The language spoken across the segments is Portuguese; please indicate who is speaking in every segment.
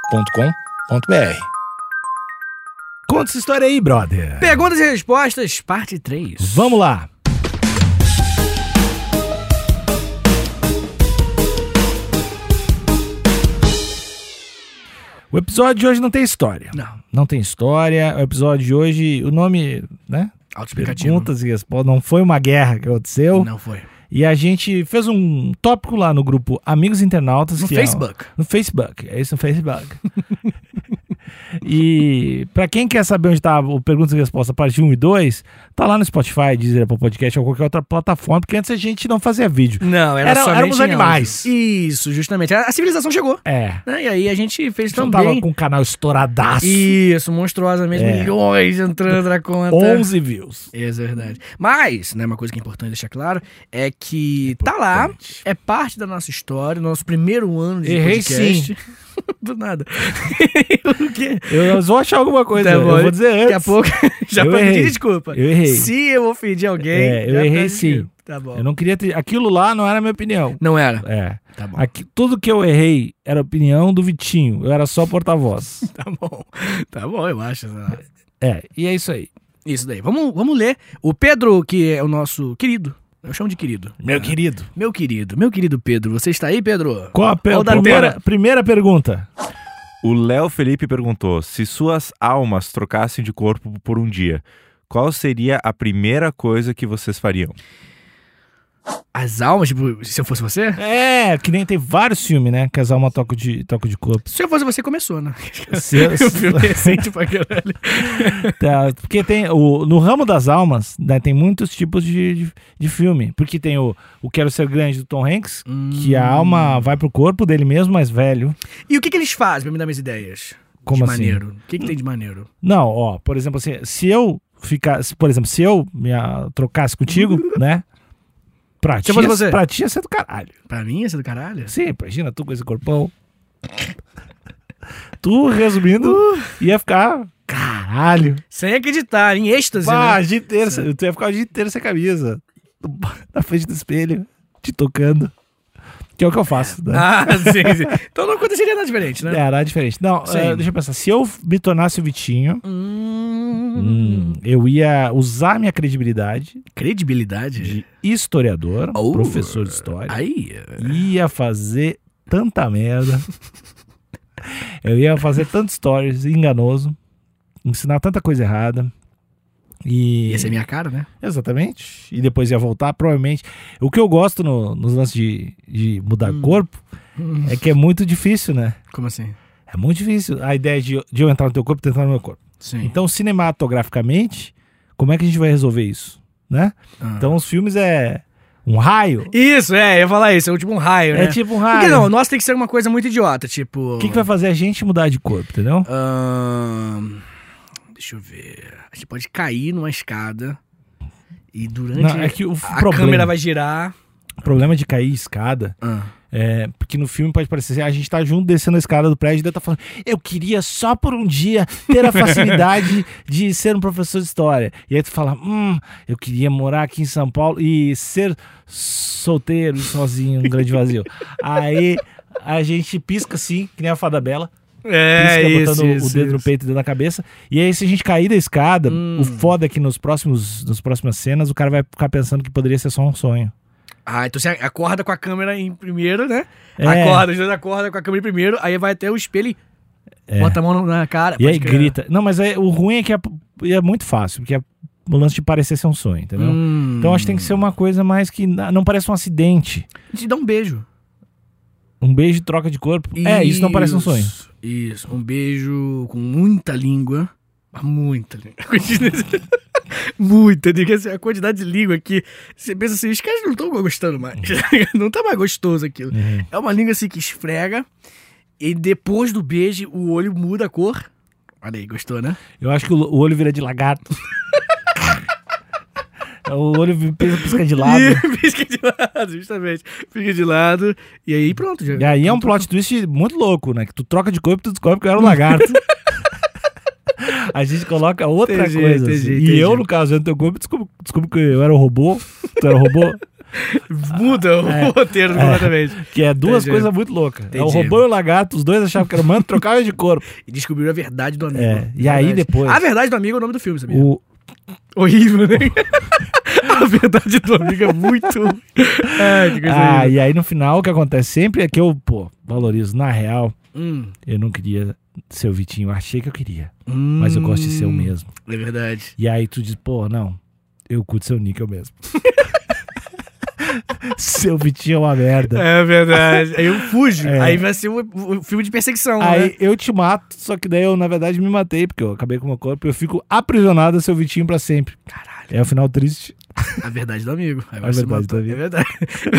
Speaker 1: agenciadepodcast.com.br.
Speaker 2: Conta essa história aí, brother.
Speaker 3: Perguntas e respostas, parte 3.
Speaker 2: Vamos lá. O episódio de hoje não tem história.
Speaker 3: Não.
Speaker 2: Não tem história. O episódio de hoje, o nome, né?
Speaker 3: Auto-explicativo.
Speaker 2: Perguntas e respostas. Não foi uma guerra que aconteceu.
Speaker 3: Não foi.
Speaker 2: E a gente fez um tópico lá no grupo Amigos Internautas.
Speaker 3: No
Speaker 2: que é o-
Speaker 3: Facebook.
Speaker 2: no Facebook, é isso no Facebook. e pra quem quer saber onde tá o Perguntas e Respostas parte 1 e 2, tá lá no Spotify, Deezer, Apple Podcast ou qualquer outra plataforma, porque antes a gente não fazia vídeo.
Speaker 3: Não,
Speaker 2: era Era- somente éramos em animais. áudio.
Speaker 3: Isso, justamente. A a civilização chegou.
Speaker 2: É.
Speaker 3: né? E aí a gente fez
Speaker 2: Então
Speaker 3: também.
Speaker 2: tava com o canal estouradaço.
Speaker 3: Isso, monstruosamente.
Speaker 2: É.
Speaker 3: Milhões entrando na conta.
Speaker 2: 11 views.
Speaker 3: Isso, é verdade. Mas, né, uma coisa que é importante deixar claro é que tá lá, é parte da nossa história, nosso primeiro ano de
Speaker 2: Errei
Speaker 3: podcast. Do nada. o quê?
Speaker 2: Eu vou achar alguma coisa,
Speaker 3: Tá
Speaker 2: eu
Speaker 3: bom.
Speaker 2: vou dizer antes.
Speaker 3: Daqui a pouco já
Speaker 2: Eu
Speaker 3: pedi
Speaker 2: errei.
Speaker 3: desculpa.
Speaker 2: Eu errei.
Speaker 3: Se eu ofendi alguém.
Speaker 2: É, eu
Speaker 3: já
Speaker 2: errei
Speaker 3: pede
Speaker 2: sim.
Speaker 3: desculpa. Tá bom.
Speaker 2: Eu não queria ter... Aquilo lá não era a minha opinião.
Speaker 3: Não era.
Speaker 2: É.
Speaker 3: Tá bom.
Speaker 2: Aqui, tudo que eu errei era a opinião do Vitinho. Eu era só porta-voz.
Speaker 3: Tá bom. Tá bom, eu acho. sei lá.
Speaker 2: é, e é isso aí.
Speaker 3: Isso daí. Vamos, vamos ler. O Pedro, que é o nosso querido. Eu chamo de querido.
Speaker 2: Meu
Speaker 3: É.
Speaker 2: querido.
Speaker 3: Meu querido, meu querido Pedro, você está aí, Pedro?
Speaker 2: Qual a pe-
Speaker 3: Qual da
Speaker 2: primeira,
Speaker 3: primeira?
Speaker 2: primeira pergunta?
Speaker 4: O Léo Felipe perguntou: se suas almas trocassem de corpo por um dia, qual seria a primeira coisa que vocês fariam?
Speaker 3: As almas, tipo, se eu fosse você?
Speaker 2: É, que nem tem vários filmes, né? Casal uma toca de, toca de corpo.
Speaker 3: Se eu fosse você, começou, né?
Speaker 2: Se eu-
Speaker 3: O filme é recente pra caralho.
Speaker 2: Tá, porque tem o, no ramo das almas, né, tem muitos tipos de, de, de filme. Porque tem o, o Quero Ser Grande do Tom Hanks, que a alma vai pro corpo dele mesmo, mas velho.
Speaker 3: Hum. E o que, que eles fazem pra me dar minhas ideias?
Speaker 2: Como
Speaker 3: de
Speaker 2: assim?
Speaker 3: maneiro. O que, que tem de maneiro?
Speaker 2: Não, ó, por exemplo, assim, se eu ficasse, por exemplo, se eu me ah, trocasse contigo, né? Pra
Speaker 3: Se
Speaker 2: ti,
Speaker 3: eu fosse você.
Speaker 2: pra ti ia ser do caralho.
Speaker 3: Pra mim, esse é do caralho?
Speaker 2: Sim, imagina, tu com esse corpão. tu, resumindo,
Speaker 3: Uh.
Speaker 2: ia ficar. Caralho!
Speaker 3: Sem acreditar, em êxtase,
Speaker 2: Pá,
Speaker 3: né?
Speaker 2: o dia inteiro, tu ia ficar o dia inteiro sem camisa. Na frente do espelho, te tocando. Que é o que eu faço. Né?
Speaker 3: Ah, sim, sim. Então não aconteceria nada diferente, né?
Speaker 2: É, era diferente. Não,
Speaker 3: Sim.
Speaker 2: eh, deixa eu pensar. Se eu me tornasse o Vitinho,
Speaker 3: Hum,
Speaker 2: hum, eu ia usar minha credibilidade
Speaker 3: Credibilidade?
Speaker 2: de historiador,
Speaker 3: É. Oh.
Speaker 2: professor de história.
Speaker 3: Aí,
Speaker 2: ia fazer tanta merda. Eu ia fazer tantos stories enganoso, ensinar tanta coisa errada. E
Speaker 3: ia ser minha cara, né?
Speaker 2: exatamente. E depois ia voltar, provavelmente. O que eu gosto no- nos lances de, de mudar
Speaker 3: Hum.
Speaker 2: corpo é que é muito difícil, né?
Speaker 3: Como assim?
Speaker 2: É muito difícil a ideia de, de eu entrar no teu corpo e tentar no meu corpo.
Speaker 3: Sim.
Speaker 2: Então, cinematograficamente, como é que a gente vai resolver isso, né?
Speaker 3: Ah.
Speaker 2: Então, os filmes é um raio.
Speaker 3: Isso, é, eu ia falar isso, é o tipo um raio, né?
Speaker 2: É tipo um
Speaker 3: Porque
Speaker 2: raio.
Speaker 3: não, o nosso tem que ser uma coisa muito idiota, tipo.
Speaker 2: O que, que vai fazer a gente mudar de corpo, entendeu?
Speaker 3: Ahn, Deixa eu ver. A gente pode cair numa escada e durante.
Speaker 2: Não, é que o
Speaker 3: A
Speaker 2: problema,
Speaker 3: câmera vai girar.
Speaker 2: o problema de cair escada
Speaker 3: Ah.
Speaker 2: é porque no filme pode parecer assim, a gente tá junto descendo a escada do prédio e daí tá falando, eu queria só por um dia ter a facilidade de ser um professor de história. E aí tu fala, hum, eu queria morar aqui em São Paulo e ser solteiro e sozinho, um grande vazio. aí a gente pisca assim, que nem a fada bela,
Speaker 3: É,
Speaker 2: pisca tá botando o dedo no peito e o dedo na cabeça. E aí, se a gente cair da escada,
Speaker 3: Hum.
Speaker 2: o foda é que nos próximos, nas próximas cenas, o cara vai ficar pensando que poderia ser só um sonho.
Speaker 3: Ah, então você acorda com a câmera em primeiro, né?
Speaker 2: É.
Speaker 3: Acorda, os dois acordam com a câmera em primeiro, aí vai até o espelho e bota a mão na cara.
Speaker 2: É. E
Speaker 3: pode
Speaker 2: aí
Speaker 3: crer.
Speaker 2: grita. Não, mas é, o ruim é que é, é muito fácil, porque é o lance de parecer ser um sonho, entendeu?
Speaker 3: Hum.
Speaker 2: Então acho que tem que ser uma coisa mais que na- não parece um acidente.
Speaker 3: Te dá um beijo.
Speaker 2: Um beijo e troca de corpo. É, isso não parece um sonho.
Speaker 3: Isso, Isso, um beijo com muita língua. Mas Muita língua. muita, diga assim, a quantidade de língua aqui. Você pensa assim, os caras não estão gostando mais. não tá mais gostoso aquilo.
Speaker 2: Uhum.
Speaker 3: É uma língua assim que esfrega e depois do beijo o olho muda a cor. Olha aí, gostou, né?
Speaker 2: Eu acho que o, o olho vira de lagarto. É, o olho vi- pisca de lado.
Speaker 3: E Fica de lado, justamente. Fica de lado e aí pronto. Já,
Speaker 2: E aí é um plot twist muito louco, né? Que tu troca de corpo e tu descobre que eu era um lagarto. A gente coloca outra
Speaker 3: Entendi,
Speaker 2: coisa.
Speaker 3: enteji,
Speaker 2: assim.
Speaker 3: entendi.
Speaker 2: E eu, no caso, eu no teu corpo, descubro, descubro que eu era um robô. Tu era um robô.
Speaker 3: Muda
Speaker 2: Ah, é.
Speaker 3: o roteiro completamente.
Speaker 2: Que é duas
Speaker 3: Entendi.
Speaker 2: coisas muito loucas. É o
Speaker 3: Entendi.
Speaker 2: robô e o lagarto, os dois achavam que era humano, trocavam de corpo.
Speaker 3: E descobriu a verdade do amigo.
Speaker 2: É, e aí
Speaker 3: Verdade.
Speaker 2: depois-
Speaker 3: A verdade do amigo é o nome do filme, sabia?
Speaker 2: O,
Speaker 3: Horrível, né? a verdade do amigo é muito. Ai, que coisa
Speaker 2: ah,
Speaker 3: horrível.
Speaker 2: e aí no final o que acontece sempre é que eu, pô, valorizo. Na real,
Speaker 3: Hum,
Speaker 2: eu não queria ser o Vitinho. Eu achei que eu queria,
Speaker 3: hum,
Speaker 2: mas eu gosto de ser o mesmo.
Speaker 3: É verdade.
Speaker 2: E aí tu diz, pô, não, eu curto seu níquel mesmo. seu Vitinho é uma merda.
Speaker 3: É verdade. Aí eu fujo.
Speaker 2: É.
Speaker 3: Aí vai ser o filme de perseguição, né?
Speaker 2: Aí eu te mato, só que daí eu, na verdade, me matei, porque eu acabei com o meu corpo e eu fico aprisionado a seu Vitinho pra sempre.
Speaker 3: Caralho.
Speaker 2: É o final triste.
Speaker 3: A verdade do amigo. Aí
Speaker 2: A
Speaker 3: você
Speaker 2: verdade
Speaker 3: matou.
Speaker 2: do amigo.
Speaker 3: É verdade.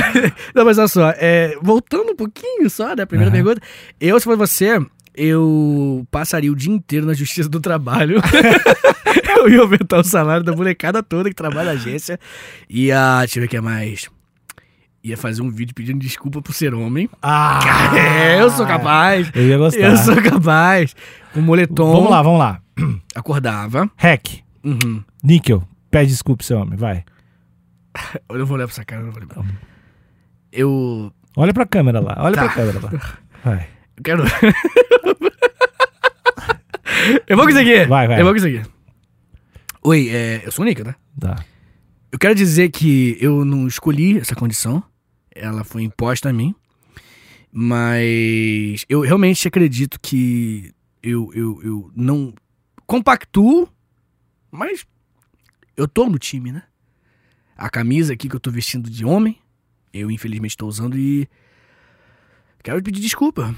Speaker 3: Não, mas olha só. é, voltando um pouquinho só, né? Primeira
Speaker 2: Aham.
Speaker 3: pergunta. Eu, se fosse você, eu passaria o dia inteiro na justiça do trabalho. eu ia aumentar o salário da molecada toda que trabalha na agência. Ia. Deixa eu ver o que é mais. Ia fazer um vídeo pedindo desculpa por ser homem.
Speaker 2: Ah!
Speaker 3: É, eu sou capaz.
Speaker 2: Eu ia gostar.
Speaker 3: Eu sou capaz. Com moletom.
Speaker 2: Vamos lá, vamos lá.
Speaker 3: Acordava.
Speaker 2: Hack,
Speaker 3: Uhum.
Speaker 2: níquel, pede desculpa, seu homem, vai.
Speaker 3: Eu não vou olhar pra essa cara, eu não vou lembrar. Eu.
Speaker 2: Olha pra câmera lá, olha
Speaker 3: Tá.
Speaker 2: pra câmera lá. Vai.
Speaker 3: Eu quero. eu vou conseguir!
Speaker 2: Vai, vai.
Speaker 3: Eu vou conseguir. Oi, é, eu sou o Nica, né?
Speaker 2: Tá.
Speaker 3: Eu quero dizer que eu não escolhi essa condição. Ela foi imposta a mim. Mas eu realmente acredito que eu, eu, eu não compactuo, mas eu tô no time, né? A camisa aqui que eu tô vestindo de homem, eu infelizmente tô usando e quero pedir desculpa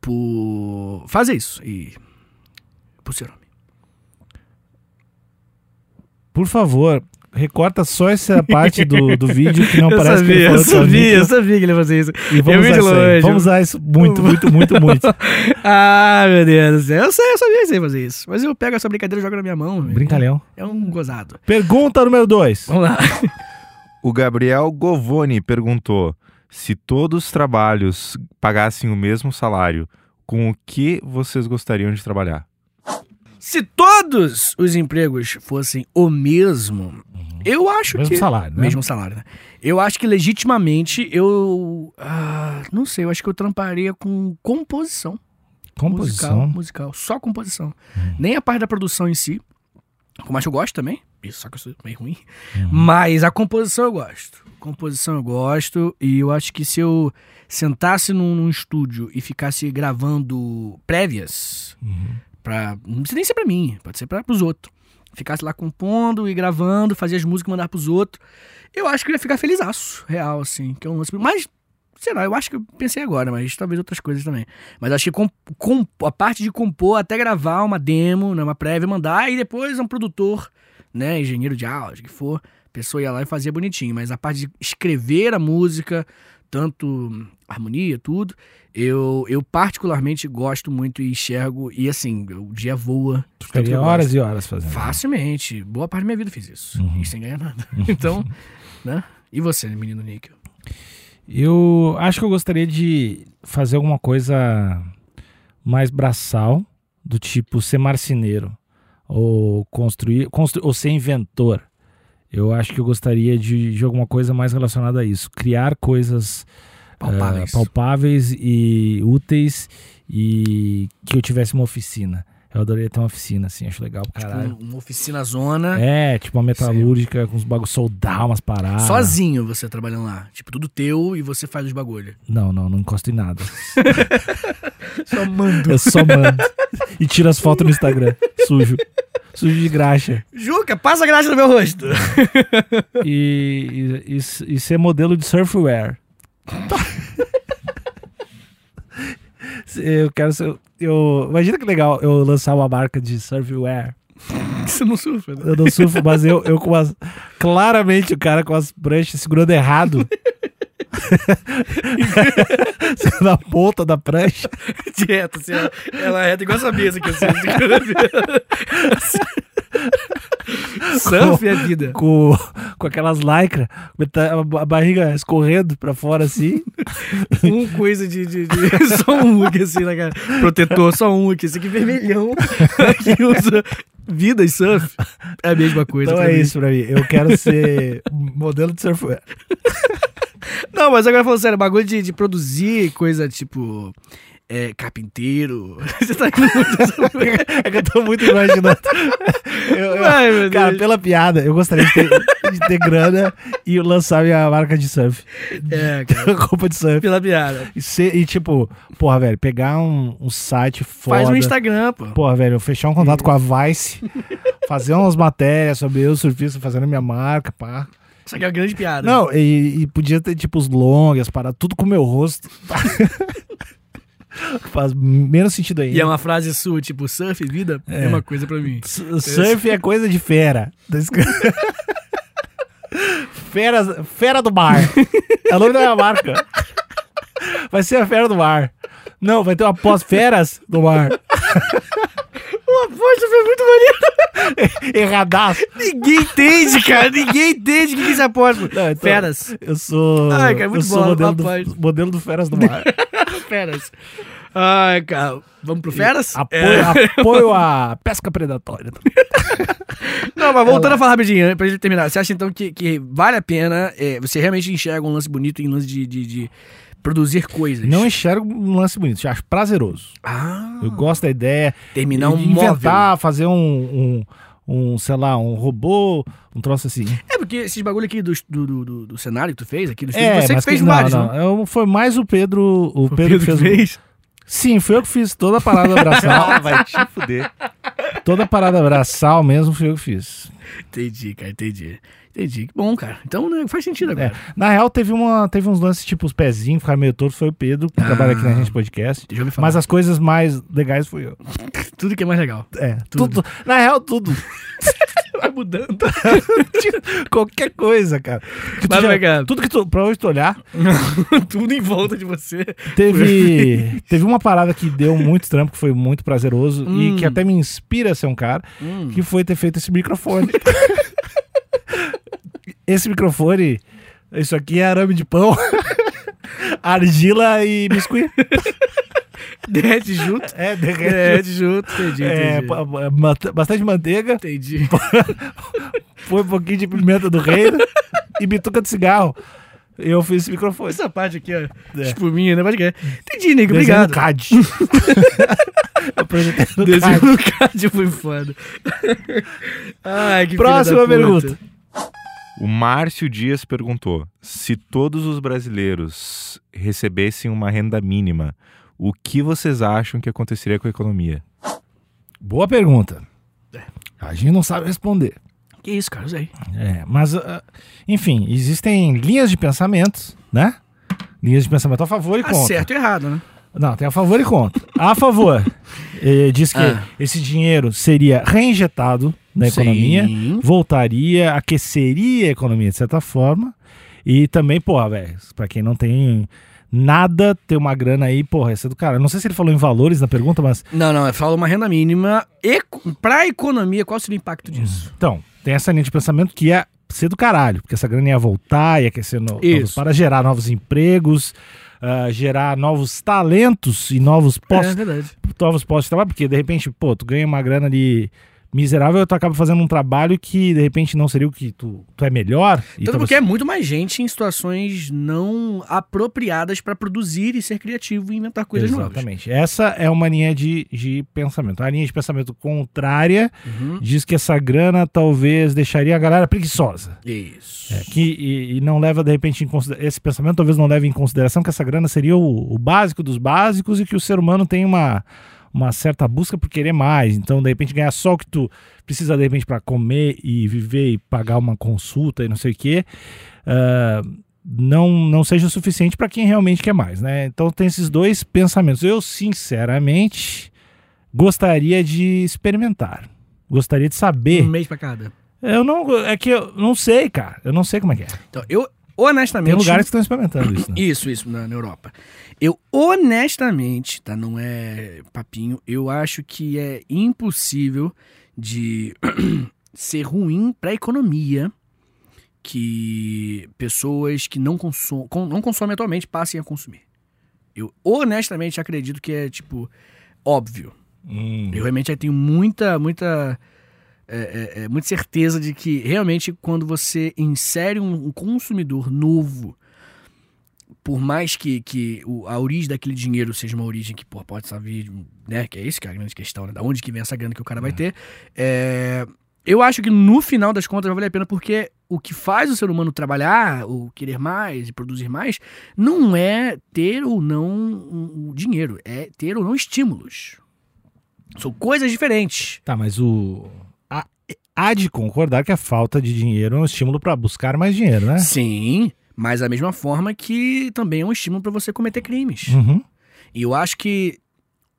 Speaker 3: por fazer isso e por ser homem.
Speaker 2: Por favor, recorta só essa parte do, do vídeo que não parece que ele falou do seu níquel.
Speaker 3: sabia que ele ia fazer isso.
Speaker 2: E
Speaker 3: eu
Speaker 2: vamos
Speaker 3: vi de
Speaker 2: usar isso aí.
Speaker 3: longe.
Speaker 2: Vamos usar isso muito, muito, muito, muito.
Speaker 3: Ah, meu Deus do céu. Eu sei, eu sabia que você ia fazer isso. Mas eu pego essa brincadeira e jogo na minha mão. meu.
Speaker 2: Brincalhão.
Speaker 3: É um gozado.
Speaker 2: Pergunta número 2.
Speaker 3: Vamos lá.
Speaker 4: O Gabriel Govoni perguntou: se todos os trabalhos pagassem o mesmo salário, com o que vocês gostariam de trabalhar?
Speaker 3: Se todos os empregos fossem o mesmo, eu acho
Speaker 2: Mesmo
Speaker 3: que.
Speaker 2: salário, né?
Speaker 3: Mesmo salário, né? Eu acho que legitimamente eu. ah, não sei, eu acho que eu tramparia com composição. Musical,
Speaker 2: Composição.
Speaker 3: musical. Só composição. Nem a parte da produção em si. Por mais que eu gosto também. Isso, só que eu sou meio ruim. Mas a composição eu gosto. Composição eu gosto. E eu acho que se eu sentasse num, num estúdio e ficasse gravando prévias,
Speaker 2: Uhum.
Speaker 3: pra, não precisa nem ser pra mim, pode ser pra, pros outros. Ficasse lá compondo e gravando, fazia as músicas e mandava pros outros. Eu acho que eu ia ficar felizaço, real, assim. Que é um lance. Mas, sei lá, eu acho que eu pensei agora, mas talvez outras coisas também. Mas acho que com, com- a parte de compor, até gravar uma demo, né, uma prévia, mandar, e depois um produtor, né, engenheiro de áudio, que for, a pessoa ia lá e fazia bonitinho. Mas a parte de escrever a música, tanto harmonia, tudo, eu, eu particularmente gosto muito e enxergo, e assim, o dia voa. de tanto que
Speaker 2: Ficaria
Speaker 3: eu
Speaker 2: horas
Speaker 3: gosto.
Speaker 2: e horas fazendo.
Speaker 3: Facilmente. Boa parte da minha vida eu fiz isso.
Speaker 2: Uhum.
Speaker 3: E sem ganhar nada. Então, né? E você, menino Níquel?
Speaker 2: Eu acho que eu gostaria de fazer alguma coisa mais braçal, do tipo ser marceneiro ou construir, constru- ou ser inventor. Eu acho que eu gostaria de, de alguma coisa mais relacionada a isso, criar coisas
Speaker 3: Palpáveis.
Speaker 2: eh, palpáveis e úteis e que eu tivesse uma oficina. Eu adoraria ter uma oficina assim, acho legal pra caralho.
Speaker 3: Tipo, né? uma oficina zona.
Speaker 2: É, tipo uma metalúrgica com uns bagulhos soldar, umas paradas.
Speaker 3: Sozinho você trabalhando lá. Tipo, tudo teu e você faz os bagulho.
Speaker 2: Não, não, não encosto em nada.
Speaker 3: Só mando.
Speaker 2: Eu só mando. e tiro as fotos no Instagram. Sujo. Sujo de graxa.
Speaker 3: Juca, passa a graxa no meu rosto.
Speaker 2: E, e, e- e ser modelo de surfwear. eu quero ser. Eu, imagina que legal eu lançar uma marca de surfwear.
Speaker 3: Você não surfa, né?
Speaker 2: Eu não surfo, mas eu, eu com as. Claramente o cara com as pranchas segurando errado. Na ponta da prancha.
Speaker 3: Dieta, assim, ela, ela é reta igual essa mesa aqui, assim. assim, Surf é vida.
Speaker 2: com, com aquelas lycra, meta- a ba- a barriga escorrendo pra fora assim.
Speaker 3: Um coisa de, de, de- Só um look assim na cara. Protetor, só um look. Esse aqui vermelhão. que usa vida e surf. É a mesma coisa.
Speaker 2: Então
Speaker 3: pra
Speaker 2: é
Speaker 3: mim.
Speaker 2: isso pra mim. Eu quero ser modelo de surfwear.
Speaker 3: Não, mas agora falando sério, bagulho de, de produzir coisa tipo. é, carpinteiro. Você tá indo muito
Speaker 2: É que eu tô muito imaginando. Eu- eu-
Speaker 3: Ai, meu
Speaker 2: cara,
Speaker 3: Deus.
Speaker 2: pela piada, eu gostaria de ter, de ter grana e lançar minha marca de surf.
Speaker 3: É, cara.
Speaker 2: Roupa de surf.
Speaker 3: Pela piada.
Speaker 2: E, ser- e, tipo, porra, velho, pegar um, um site foda.
Speaker 3: Faz um Instagram, pô.
Speaker 2: Porra, velho, fechar um contato com a Vice, fazer umas matérias sobre eu, surfista, fazendo minha marca, pá.
Speaker 3: Isso aqui é uma grande piada.
Speaker 2: Não, e, e podia ter, tipo, os longas, para tudo com o meu rosto. Faz menos sentido ainda.
Speaker 3: E é uma frase sua, tipo, surf, vida, é, uma coisa pra mim.
Speaker 2: S- Surf é coisa de fera. Tá escrito- Fera, fera do mar. É o nome da minha marca. Vai ser a fera do mar. Não, vai ter uma pós-feras do mar.
Speaker 3: Poxa, foi muito maneiro.
Speaker 2: Erradaço.
Speaker 3: Ninguém entende, cara. Ninguém entende o que que é essa porra.
Speaker 2: Não, então-
Speaker 3: Feras.
Speaker 2: Eu sou.
Speaker 3: Ai, cara, é muito
Speaker 2: eu sou
Speaker 3: bom,
Speaker 2: modelo,
Speaker 3: rapaz.
Speaker 2: do, modelo do Feras do Mar.
Speaker 3: Feras. Ai, cara. Vamos pro Feras?
Speaker 2: Apoio,
Speaker 3: É.
Speaker 2: apoio à pesca predatória.
Speaker 3: Não, mas voltando a falar rapidinho, né, pra gente terminar. Você acha então que, que vale a pena? é, você realmente enxerga um lance bonito em lance de, de, de produzir coisas?
Speaker 2: Não enxergo um lance bonito, já acho prazeroso.
Speaker 3: Ah,
Speaker 2: Eu gosto da ideia.
Speaker 3: terminar um
Speaker 2: de inventar,
Speaker 3: móvel.
Speaker 2: fazer um, um, um, sei lá, um robô, um troço assim.
Speaker 3: É porque esses bagulho aqui dos- do, do, do, do cenário que tu fez, aqui dos
Speaker 2: É,
Speaker 3: filmes, você que
Speaker 2: mas
Speaker 3: fez
Speaker 2: que- não,
Speaker 3: vários,
Speaker 2: não.
Speaker 3: né?
Speaker 2: Eu- foi mais o Pedro. O,
Speaker 3: O
Speaker 2: Pedro, fez. um. Sim, foi eu que fiz toda a parada abraçal.
Speaker 4: Ah, vai te fuder.
Speaker 2: toda a parada abraçal mesmo foi eu que fiz.
Speaker 3: Entendi, cara, entendi. Entendi. Que bom, cara. Então né, faz sentido
Speaker 2: É,
Speaker 3: agora.
Speaker 2: Na real, teve, uma, teve uns lances tipo os pezinhos, ficaram meio torto, foi o Pedro, que trabalha aqui na gente podcast.
Speaker 3: Deixa eu me falar.
Speaker 2: Mas as coisas mais legais fui eu.
Speaker 3: Tudo que é mais legal.
Speaker 2: É, tudo. Na real, tudo.
Speaker 3: Vai mudando.
Speaker 2: Tipo, Qualquer coisa, cara. Que tu
Speaker 3: Mas,
Speaker 2: já-
Speaker 3: mas, cara-
Speaker 2: tudo que tu. Pra onde tu olhar,
Speaker 3: Tudo em volta de você.
Speaker 2: Teve, teve uma parada que deu muito trampo, que foi muito prazeroso
Speaker 3: Hum.
Speaker 2: e que até me inspira a ser um cara, que foi ter feito esse microfone. esse microfone, isso aqui é arame de pão, argila e biscuit.
Speaker 3: Derrete junto.
Speaker 2: É, derrete.
Speaker 3: Derrete junto. Entendi,
Speaker 2: É,
Speaker 3: entendi.
Speaker 2: pa- pa- mate- bastante manteiga,
Speaker 3: Entendi.
Speaker 2: foi um pouquinho de pimenta do reino e bituca de cigarro. Eu fiz esse microfone.
Speaker 3: Essa parte aqui, ó.
Speaker 2: É.
Speaker 3: Espuminha, né? Pode crer. Entendi, Nico.
Speaker 2: Desenho
Speaker 3: Obrigado.
Speaker 2: no CAD. Eu apresentei no
Speaker 3: Desenho
Speaker 2: CAD.
Speaker 3: no card foi foda. Ai, que
Speaker 2: Próxima
Speaker 3: filha da puta.
Speaker 2: pergunta.
Speaker 4: O Márcio Dias perguntou: se todos os brasileiros recebessem uma renda mínima, o que vocês acham que aconteceria com a economia?
Speaker 2: Boa pergunta.
Speaker 3: É.
Speaker 2: A gente não sabe responder.
Speaker 3: Que isso, cara? Usa aí.
Speaker 2: É, mas, ah, enfim, existem linhas de pensamentos, né? Linhas de pensamento a favor e
Speaker 3: Ah,
Speaker 2: contra.
Speaker 3: certo e errado, né?
Speaker 2: Não, tem a favor e contra. A favor, eh, diz que
Speaker 3: Ah.
Speaker 2: esse dinheiro seria reinjetado na
Speaker 3: Sim.
Speaker 2: economia, voltaria, aqueceria a economia de certa forma. E também, porra, velho, pra quem não tem nada, ter uma grana aí, porra, essa é do cara. Eu Não sei se ele falou em valores na pergunta, mas
Speaker 3: Não, não. Fala uma renda mínima. Eco... Pra economia, qual seria o impacto disso?
Speaker 2: Então, tem essa linha de pensamento que ia ser do caralho, porque essa grana ia voltar, ia crescer no,
Speaker 3: Isso.
Speaker 2: novos- para gerar novos empregos, ah, gerar novos talentos e novos postos,
Speaker 3: É verdade.
Speaker 2: novos postos de trabalho, porque de repente, pô, tu ganha uma grana ali miserável, tu acaba fazendo um trabalho que de repente não seria o que tu, tu é melhor. e
Speaker 3: Tanto
Speaker 2: tu-
Speaker 3: porque é muito mais gente em situações não apropriadas pra produzir e ser criativo e inventar coisas novas.
Speaker 2: Exatamente. Essa é uma linha de, de pensamento. A linha de pensamento contrária
Speaker 3: Uhum.
Speaker 2: diz que essa grana talvez deixaria a galera preguiçosa.
Speaker 3: Isso.
Speaker 2: É, que, e, e não leva, de repente, em considera- esse pensamento talvez não leve em consideração que essa grana seria o, o básico dos básicos e que o ser humano tem uma, uma certa busca por querer mais. Então, de repente, ganhar só o que tu precisa, de repente, para comer e viver e pagar uma consulta e não sei o quê, ah, não, não seja o suficiente para quem realmente quer mais, né? Então, tem esses dois pensamentos. Eu, sinceramente, gostaria de experimentar. Gostaria de saber.
Speaker 3: Um mês pra cada.
Speaker 2: Eu não. É que eu não sei, cara. Eu não sei como é que é.
Speaker 3: Então, eu,
Speaker 2: Tem
Speaker 3: honestamente.
Speaker 2: lugares que estão experimentando isso, né?
Speaker 3: Isso, isso, na, na Europa. Eu, honestamente, tá? Não é papinho. Eu acho que é impossível de ser ruim para a economia que pessoas que não, consom com- não consomem atualmente passem a consumir. Eu honestamente acredito que é, tipo, óbvio.
Speaker 2: Hum.
Speaker 3: Eu realmente tenho muita, muita, é, é, é, muita certeza de que realmente quando você insere um, um consumidor novo, por mais que, que o- a origem daquele dinheiro seja uma origem que pô, pode saber, né? Que é isso que é a grande questão, né? Da onde que vem essa grana que o cara vai ter. É, eu acho que no final das contas vai valer a pena porque o que faz o ser humano trabalhar, ou querer mais e produzir mais, não é ter ou não um- um dinheiro, é ter ou não estímulos. São coisas diferentes.
Speaker 2: Tá, mas o. há- Há de concordar que a falta de dinheiro é um estímulo pra buscar mais dinheiro, né?
Speaker 3: Sim, mas da mesma forma que também é um estímulo para você cometer crimes.
Speaker 2: Uhum.
Speaker 3: E eu acho que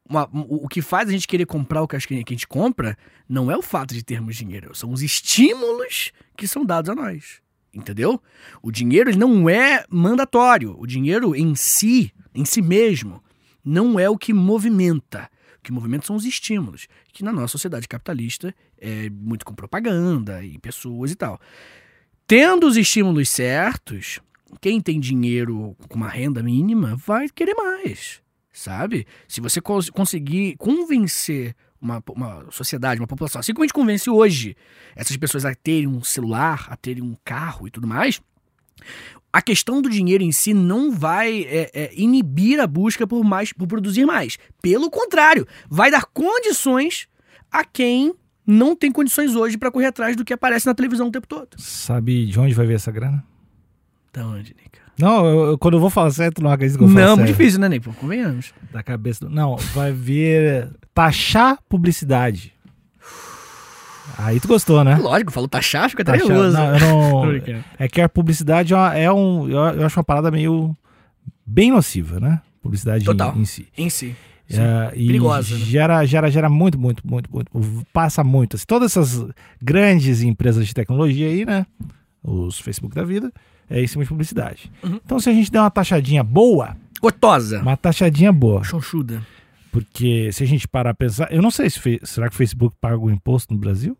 Speaker 3: uma- um, o o que faz a gente querer comprar o que a gente que a gente compra não é o fato de termos dinheiro, são os estímulos que são dados a nós. Entendeu? O dinheiro ele não é mandatório. O dinheiro em si, em si mesmo, não é o que movimenta. O que movimenta são os estímulos, que na nossa sociedade capitalista é muito com propaganda e pessoas e tal. Tendo os estímulos certos, quem tem dinheiro com uma renda mínima vai querer mais, sabe? Se você cons- conseguir convencer uma, po- uma sociedade, uma população, assim como a gente convence hoje essas pessoas a terem um celular, a terem um carro e tudo mais, a questão do dinheiro em si não vai é, é, inibir a busca por mais, por produzir mais. Pelo contrário, vai dar condições a quem não tem condições hoje para correr atrás do que aparece na televisão o tempo todo.
Speaker 2: Sabe de onde vai vir essa grana?
Speaker 3: Então, onde, Nica?
Speaker 2: Não, eu- eu- quando eu vou falar certo, não acredito que eu falo
Speaker 3: Não, muito
Speaker 2: sério.
Speaker 3: difícil, né, Nico? Convenhamos.
Speaker 2: Da cabeça do... Não, vai vir taxar publicidade. Aí tu gostou, né?
Speaker 3: Lógico, falo taxar, fica até
Speaker 2: Taxar-
Speaker 3: nervoso.
Speaker 2: Não, eu não-
Speaker 3: Tô brincando.
Speaker 2: É que a publicidade é uma- é um... Eu eu acho uma parada meio... Bem nociva, né? Publicidade em-
Speaker 3: Total.
Speaker 2: em si.
Speaker 3: Em si. Sim.
Speaker 2: É, e
Speaker 3: Perigosa, né?
Speaker 2: Gera, gera, gera muito, muito, muito, muito. Passa muito. Assim, Todas essas grandes empresas de tecnologia aí, né? Os Facebook da vida, é em cima de publicidade.
Speaker 3: Uhum.
Speaker 2: Então, se a gente der uma taxadinha boa,
Speaker 3: Gotosa.
Speaker 2: uma taxadinha boa,
Speaker 3: Chonchuda.
Speaker 2: porque se a gente parar a pensar, eu não sei se fe- será que o Facebook paga o imposto no Brasil?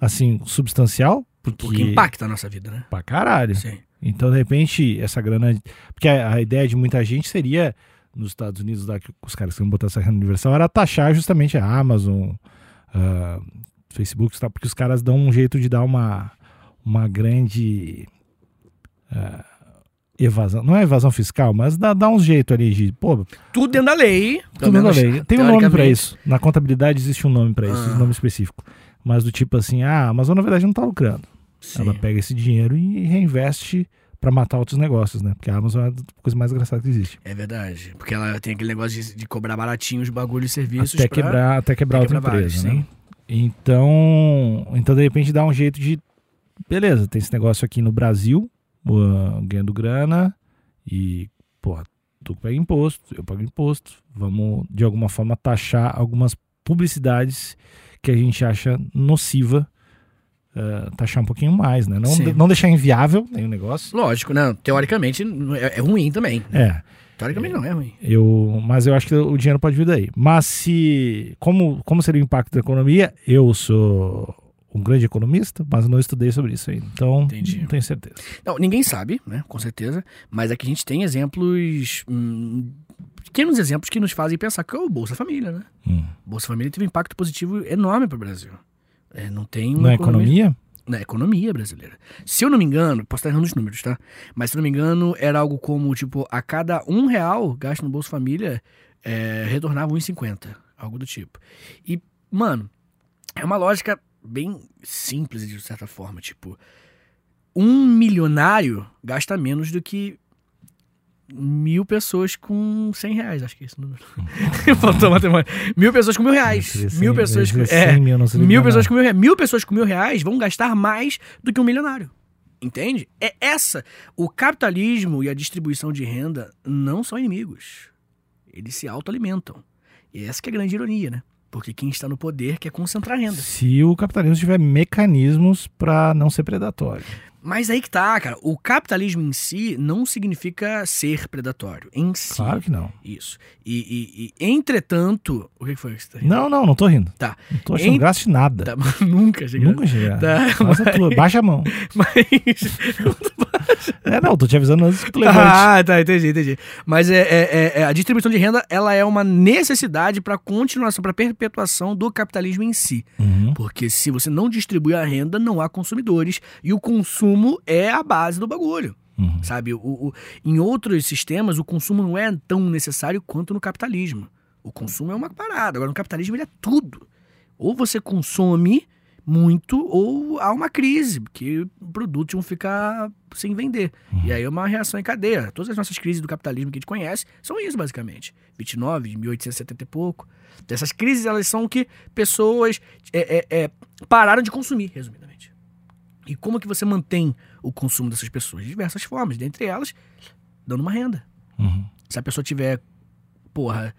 Speaker 2: Assim, substancial? Porque,
Speaker 3: Porque impacta a nossa vida, né?
Speaker 2: pra caralho.
Speaker 3: Sim.
Speaker 2: Então, de repente, essa grana. Porque a, a ideia de muita gente seria, nos Estados Unidos, lá, que os caras que iam botar essa renda universal, era taxar justamente a Amazon, ah, Facebook, e tal, porque os caras dão um jeito de dar uma, uma grande. ah, evasão. Não é evasão fiscal, mas dá, dá um jeito ali de. Pô,
Speaker 3: Tudo dentro da lei.
Speaker 2: tudo bem, bem. Tem um nome pra
Speaker 3: teoricamente.
Speaker 2: isso. Na contabilidade existe um nome pra isso,
Speaker 3: Ah.
Speaker 2: um nome específico. Mas do tipo assim, ah, a Amazon na verdade não tá lucrando.
Speaker 3: Sim.
Speaker 2: Ela pega esse dinheiro e reinveste pra matar outros negócios, né? Porque a Amazon é a coisa mais engraçada que existe.
Speaker 3: É verdade. Porque ela tem aquele negócio de, de cobrar baratinho os bagulhos e serviços.
Speaker 2: até,
Speaker 3: pra-
Speaker 2: quebrar, até quebrar
Speaker 3: até
Speaker 2: outra
Speaker 3: quebrar
Speaker 2: empresa,
Speaker 3: vários,
Speaker 2: né? Então, então, de repente, dá um jeito de... Beleza, tem esse negócio aqui no Brasil, uh, ganhando grana e, porra, tu que paga imposto, eu pago imposto. Vamos, de alguma forma, taxar algumas publicidades que a gente acha nociva. uh, taxar um pouquinho mais, né? Não,
Speaker 3: Sim.
Speaker 2: não deixar inviável nenhum negócio.
Speaker 3: Lógico, não. Teoricamente não é, é ruim também.
Speaker 2: É,
Speaker 3: Teoricamente não é ruim.
Speaker 2: Eu, mas eu acho que o dinheiro pode vir daí. Mas se. Como, como seria o impacto da economia? Eu sou um grande economista, mas não estudei sobre isso ainda. Então,
Speaker 3: Entendi.
Speaker 2: não tenho certeza.
Speaker 3: Não, ninguém sabe, né? Com certeza. Mas aqui a gente tem exemplos. hum, pequenos exemplos que nos fazem pensar que é o Bolsa Família, né?
Speaker 2: Hum.
Speaker 3: Bolsa Família teve um impacto positivo enorme para o Brasil. É, não tem uma
Speaker 2: Na economia?
Speaker 3: na economia brasileira. Se eu não me engano, posso estar errando os números, tá? Mas se eu não me engano, era algo como, tipo, a cada um real gasto no Bolsa Família, é, retornava 1,50, algo do tipo. E, mano, é uma lógica bem simples, de certa forma, tipo, um milionário gasta menos do que mil pessoas com 100 reais, acho que é esse o número. Faltou matemática. Mil pessoas com mil reais. Mil pessoas com... É, Mil pessoas, com mil, rea- mil pessoas com mil reais vão gastar mais do que um milionário. Entende? É essa. O capitalismo e a distribuição de renda não são inimigos. Eles se autoalimentam. E essa que é a grande ironia, né? Porque quem está no poder quer concentrar renda.
Speaker 2: Se o capitalismo tiver mecanismos para não ser predatório.
Speaker 3: Mas aí que tá, cara. O capitalismo em si não significa ser predatório. Em si.
Speaker 2: Claro que não.
Speaker 3: Isso. E, e- e, entretanto. O que que foi que você tá rindo?
Speaker 2: Não, não, não tô rindo.
Speaker 3: Tá.
Speaker 2: Não tô achando
Speaker 3: Ent-
Speaker 2: graça de nada.
Speaker 3: Tá, mas nunca cheguei.
Speaker 2: Nunca cheguei.
Speaker 3: Tá,
Speaker 2: Faz a tua, baixa a mão.
Speaker 3: Mas.
Speaker 2: É, não, tô te avisando antes que tu levante.
Speaker 3: Ah, tá, entendi, entendi. Mas é, é- é- é- a distribuição de renda ela é uma necessidade para continuação, para perpetuação do capitalismo em si.
Speaker 2: Uhum.
Speaker 3: Porque se você não distribui a renda, não há consumidores. E o consumo é a base do bagulho.
Speaker 2: Uhum.
Speaker 3: Sabe? O, o- em outros sistemas, o consumo não é tão necessário quanto no capitalismo. O consumo é uma parada. Agora, no capitalismo, ele é tudo. Ou você consome muito, ou há uma crise, porque produtos vão ficar sem vender. E aí é uma reação em cadeia. Todas as nossas crises do capitalismo que a gente conhece são isso, basicamente. 29, 1870 e pouco. Essas crises, elas são que pessoas é, é, é, pararam de consumir, resumidamente. E como que você mantém o consumo dessas pessoas? De diversas formas, dentre elas, dando uma renda.
Speaker 2: Uhum.
Speaker 3: Se a pessoa tiver, porra,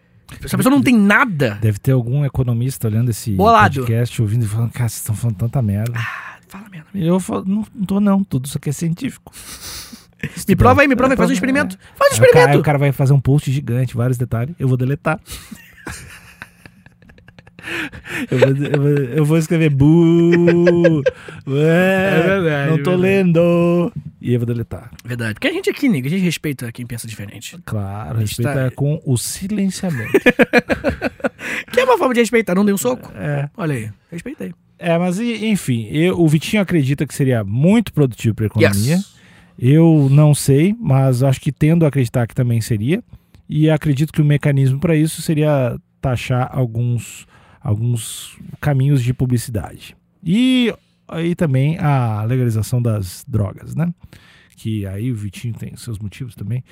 Speaker 3: se a pessoa não tem nada,
Speaker 2: Deve ter algum economista olhando esse
Speaker 3: Bolado.
Speaker 2: podcast, ouvindo e falando, cara, vocês estão falando tanta merda.
Speaker 3: ah, fala merda.
Speaker 2: E Eu falo, não, não tô não, tudo isso aqui é científico.
Speaker 3: Me
Speaker 2: Estudar.
Speaker 3: prova aí, me prova
Speaker 2: É,
Speaker 3: aí, faz
Speaker 2: prova-
Speaker 3: um experimento.
Speaker 2: Aí o cara- aí
Speaker 3: Faz um experimento.
Speaker 2: o cara vai fazer um post gigante, vários detalhes. Eu vou deletar. eu, vou, eu vou- eu vou escrever bu.
Speaker 3: É verdade,
Speaker 2: Não tô
Speaker 3: é verdade.
Speaker 2: lendo. E eu vou deletar.
Speaker 3: Verdade, porque a gente aqui, nigga, a gente respeita quem pensa diferente.
Speaker 2: Claro,
Speaker 3: Está-
Speaker 2: respeita com o silenciamento.
Speaker 3: Que é uma forma de respeitar, não dei um soco.
Speaker 2: é.
Speaker 3: Olha aí, respeitei.
Speaker 2: É, mas e- enfim, eu- o Vitinho acredita que seria muito produtivo para a economia.
Speaker 3: Yes.
Speaker 2: Eu não sei, mas acho que tendo a acreditar que também seria. E acredito que o mecanismo para isso seria taxar alguns, alguns caminhos de publicidade. E aí também a legalização das drogas, né? Que aí o Vitinho tem seus motivos também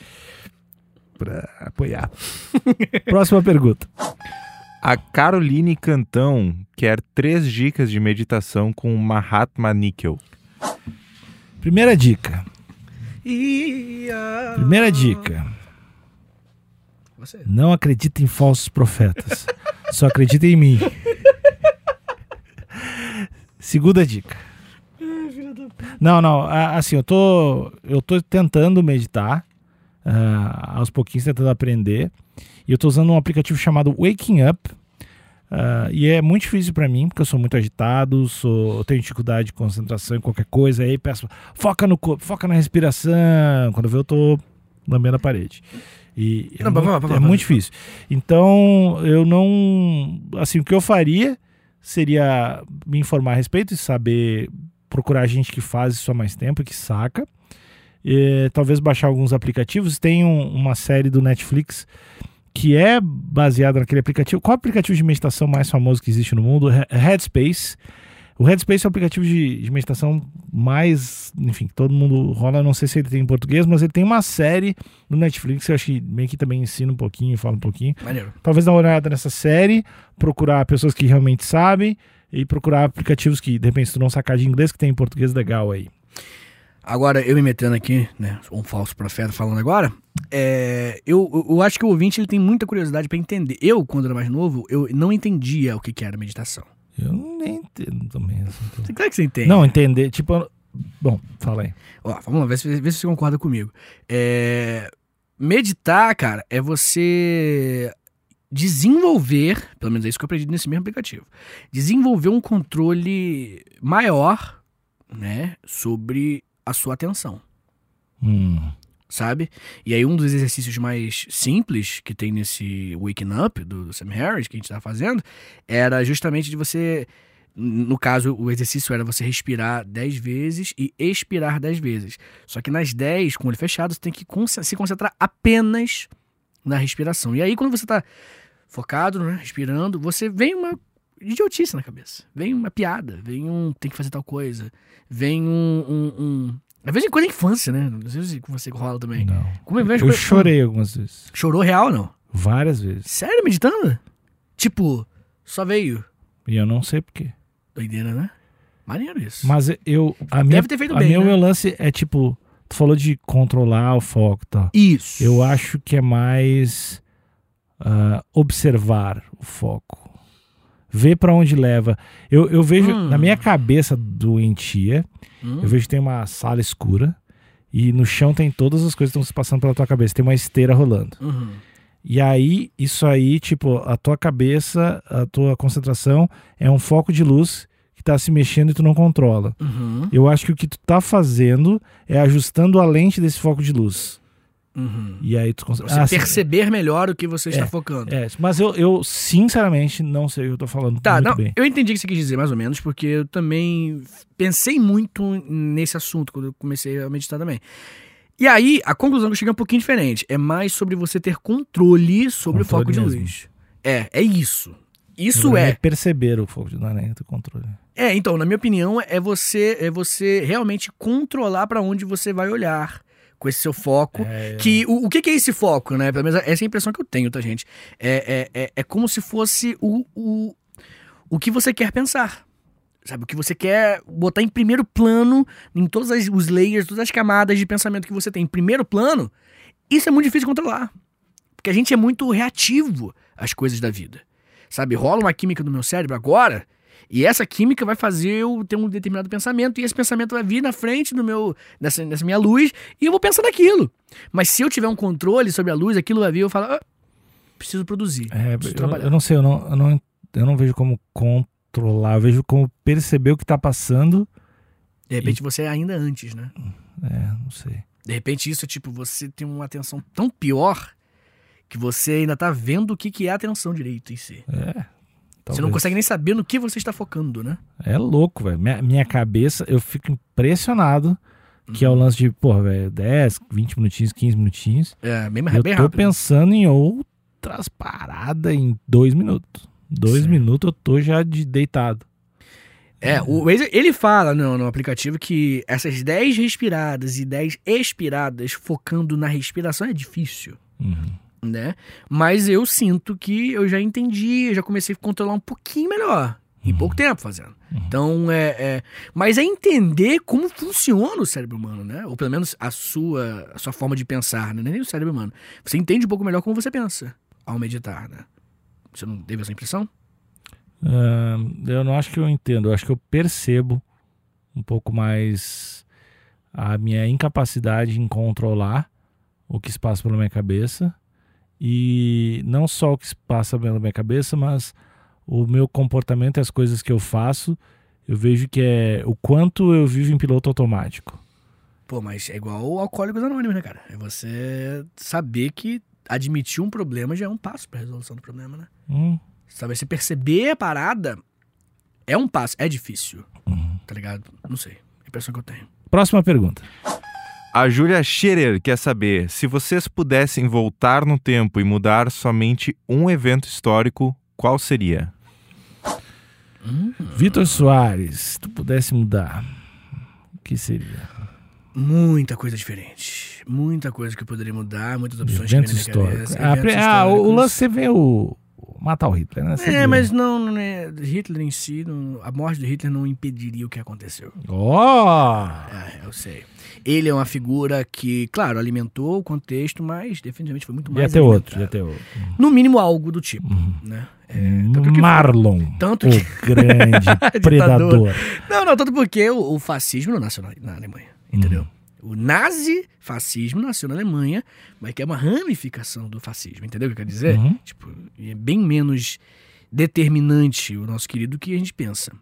Speaker 2: para apoiar. Próxima pergunta.
Speaker 4: A Caroline Cantão quer três dicas de meditação com Mahatma Níquel.
Speaker 2: Primeira dica.
Speaker 3: E a...
Speaker 2: Primeira dica.
Speaker 3: Você.
Speaker 2: Não acredita em falsos profetas. Só acredita em mim. Segunda dica. Não, não. a- Assim, eu tô, eu tô tentando meditar. ah, aos pouquinhos tentando aprender. E eu tô usando um aplicativo chamado Waking Up. ah, e é muito difícil para mim, porque eu sou muito agitado, sou, eu tenho dificuldade de concentração em qualquer coisa. Aí peço, foca no corpo, foca na respiração. Quando eu vejo, eu tô lambendo a parede. E é
Speaker 3: Não,
Speaker 2: muito,
Speaker 3: vamos lá, vamos lá,
Speaker 2: é
Speaker 3: vamos
Speaker 2: muito
Speaker 3: lá.
Speaker 2: difícil. Então, eu não. Assim, o que eu faria seria me informar a respeito e saber procurar gente que faz isso há mais tempo, e que saca. E, talvez baixar alguns aplicativos. Tem um- uma série do Netflix que é baseada naquele aplicativo. Qual aplicativo de meditação mais famoso que existe no mundo? He- Headspace. O Headspace é o aplicativo de, de meditação mais, enfim, que todo mundo rola. Não sei se ele tem em português, mas ele tem uma série no Netflix. que Eu acho que meio que também ensina um pouquinho, fala um pouquinho
Speaker 3: Maneiro.
Speaker 2: talvez dar uma olhada nessa série, procurar pessoas que realmente sabem e procurar aplicativos que, de repente, se tu não sacar de inglês, que tem em português legal aí.
Speaker 3: Agora, eu me metendo aqui, né? sou Um falso profeta falando agora. é, eu, eu- eu acho que o ouvinte ele tem muita curiosidade pra entender. Eu, quando era mais novo, eu não entendia o que, que era meditação.
Speaker 2: Eu nem entendo também. assim, entendo.
Speaker 3: Claro que você entende.
Speaker 2: Não, entender, tipo... eu- Bom, fala aí.
Speaker 3: Ó, vamos lá, vê se, vê se você concorda comigo. É, meditar, cara, é você desenvolver, pelo menos é isso que eu aprendi nesse mesmo aplicativo, desenvolver um controle maior, né, sobre a sua atenção,
Speaker 2: Hum,
Speaker 3: sabe? E aí um dos exercícios mais simples que tem nesse Waking Up do, do Sam Harris, que a gente tá fazendo, era justamente de você... No caso, o exercício era você respirar 10 vezes e expirar 10 vezes. Só que nas 10, com o olho fechado, você tem que conce- se concentrar apenas na respiração. E aí, quando você tá focado, né, respirando, você vem uma idiotice na cabeça. Vem uma piada, vem um tem que fazer tal coisa, vem um... um, um... Às vezes, quando é infância, né? Não sei se com você rola também.
Speaker 2: não.
Speaker 3: Como é que
Speaker 2: Eu chorei algumas vezes.
Speaker 3: Chorou real, não?
Speaker 2: Várias vezes.
Speaker 3: Sério, meditando? Tipo, só veio.
Speaker 2: E eu não sei porquê.
Speaker 3: Doideira, né? Maneiro isso.
Speaker 2: Mas eu... A minha,
Speaker 3: ter feito
Speaker 2: a
Speaker 3: bem,
Speaker 2: minha,
Speaker 3: né?
Speaker 2: O meu lance é, tipo... Tu falou de controlar o foco e tal.
Speaker 3: Isso.
Speaker 2: Eu acho que é mais ah, observar o foco. vê pra onde leva. Eu, eu vejo,
Speaker 3: Hum.
Speaker 2: na minha cabeça doentia, eu vejo que tem uma sala escura e no chão tem todas as coisas que estão se passando pela tua cabeça. Tem uma esteira rolando.
Speaker 3: Uhum.
Speaker 2: E aí, isso aí, tipo, a tua cabeça, a tua concentração é um foco de luz que tá se mexendo e tu não controla.
Speaker 3: Uhum.
Speaker 2: Eu acho que o que tu tá fazendo é ajustando a lente desse foco de luz.
Speaker 3: Uhum.
Speaker 2: E aí tu consegue.
Speaker 3: Você perceber melhor o que você está
Speaker 2: Assim, É,
Speaker 3: focando.
Speaker 2: É, mas eu, eu sinceramente não sei o que eu tô falando
Speaker 3: Tá,
Speaker 2: muito
Speaker 3: não,
Speaker 2: bem.
Speaker 3: eu entendi o que você quis dizer, mais ou menos, porque eu também pensei muito nesse assunto quando eu comecei a meditar também. E aí, a conclusão que eu cheguei é um pouquinho diferente. É mais sobre você ter controle sobre o
Speaker 2: Controle
Speaker 3: foco de
Speaker 2: mesmo.
Speaker 3: luz. É, é isso. Isso é.
Speaker 2: perceber o foco de não, né, do controle.
Speaker 3: É, então, na minha opinião, é você é você realmente controlar pra onde você vai olhar com esse seu foco. Que o, o que, que é esse foco, né? Pelo menos essa é a impressão que eu tenho, tá, gente? É, é, é, é como se fosse o, o, o que você quer pensar. Sabe, o que você quer botar em primeiro plano, em todos as- os layers, todas as camadas de pensamento que você tem em primeiro plano, isso é muito difícil de controlar. Porque a gente é muito reativo às coisas da vida. Sabe, rola uma química no meu cérebro agora, e essa química vai fazer eu ter um determinado pensamento, e esse pensamento vai vir na frente do meu, nessa, nessa minha luz, e eu vou pensar naquilo. Mas se eu tiver um controle sobre a luz, aquilo vai vir, eu falo, "Ah, preciso produzir.
Speaker 2: É,
Speaker 3: preciso
Speaker 2: eu, eu não sei, eu não, eu, não, eu não vejo como controlar, eu vejo como perceber o que tá passando.
Speaker 3: De repente você é ainda antes, né?
Speaker 2: É, não sei.
Speaker 3: De repente isso é tipo, você tem uma atenção tão pior que você ainda tá vendo o que, que é a atenção direito em si. Você não
Speaker 2: Talvez.
Speaker 3: consegue nem saber no que você está focando, né?
Speaker 2: É louco, velho. Minha, minha cabeça, eu fico impressionado que
Speaker 3: Uhum.
Speaker 2: é o lance de, porra, velho, 10, 20 minutinhos, 15 minutinhos.
Speaker 3: É, bem,
Speaker 2: eu
Speaker 3: bem
Speaker 2: tô
Speaker 3: rápido.
Speaker 2: pensando em outras paradas em dois minutos. Dois
Speaker 3: Sim.
Speaker 2: minutos eu tô já de deitado.
Speaker 3: É, o Waze, ele fala no, no aplicativo que essas 10 respiradas e 10 expiradas focando na respiração é difícil, né? Mas eu sinto que eu já entendi, eu já comecei a controlar um pouquinho melhor. Em pouco tempo fazendo. Então, é, é- Mas é entender como funciona o cérebro humano, né? Ou pelo menos a sua, a sua forma de pensar, né? Não é Nem o cérebro humano. Você entende um pouco melhor como você pensa ao meditar, né? Você não teve essa impressão?
Speaker 2: Ah, eu não acho que eu entendo, eu acho que eu percebo um pouco mais a minha incapacidade em controlar o que se passa pela minha cabeça e não só o que se passa pela minha cabeça, mas o meu comportamento e as coisas que eu faço, eu vejo que é o quanto eu vivo em piloto automático.
Speaker 3: Pô, mas é igual ao Alcoólicos Anônimos, né, cara? É você saber que admitir um problema já é um passo pra resolução do problema, né?
Speaker 2: Hum,
Speaker 3: Sabe, você perceber a parada é um passo, é difícil.
Speaker 2: Uhum.
Speaker 3: Tá ligado? Não sei. É a impressão que eu tenho.
Speaker 2: Próxima pergunta.
Speaker 4: A Júlia Scherer quer saber se vocês pudessem voltar no tempo e mudar somente um evento histórico, qual seria?
Speaker 2: Vitor Soares, se tu pudesse mudar, o que seria?
Speaker 3: Muita coisa diferente. Muita coisa que eu poderia mudar, muitas opções
Speaker 2: Eventos
Speaker 3: que vêm na minha
Speaker 2: históricos.
Speaker 3: cabeça,
Speaker 2: Ah,
Speaker 3: eventos
Speaker 2: pre- ah, o, o
Speaker 3: históricos.
Speaker 2: lance você vê o. o Matar o Hitler, né? Você
Speaker 3: É,
Speaker 2: vê.
Speaker 3: mas não, não é- Hitler em si, não- a morte de Hitler não impediria o que aconteceu.
Speaker 2: Ó!
Speaker 3: É, eu sei. Ele é uma figura que, claro, alimentou o contexto, mas definitivamente foi muito mais.
Speaker 2: Ia ter outro, ia
Speaker 3: alimentado.
Speaker 2: ter outro.
Speaker 3: No mínimo algo do tipo, né? tanto que-
Speaker 2: Marlon,
Speaker 3: tanto
Speaker 2: o
Speaker 3: que-
Speaker 2: grande predador.
Speaker 3: Não, não, tanto porque o, o fascismo não nasceu na, na Alemanha,
Speaker 2: Uhum.
Speaker 3: entendeu? O nazi-fascismo nasceu na Alemanha, mas que é uma ramificação do fascismo, entendeu o que eu quero dizer?
Speaker 2: Uhum.
Speaker 3: Tipo, é bem menos determinante o nosso querido que a gente pensa.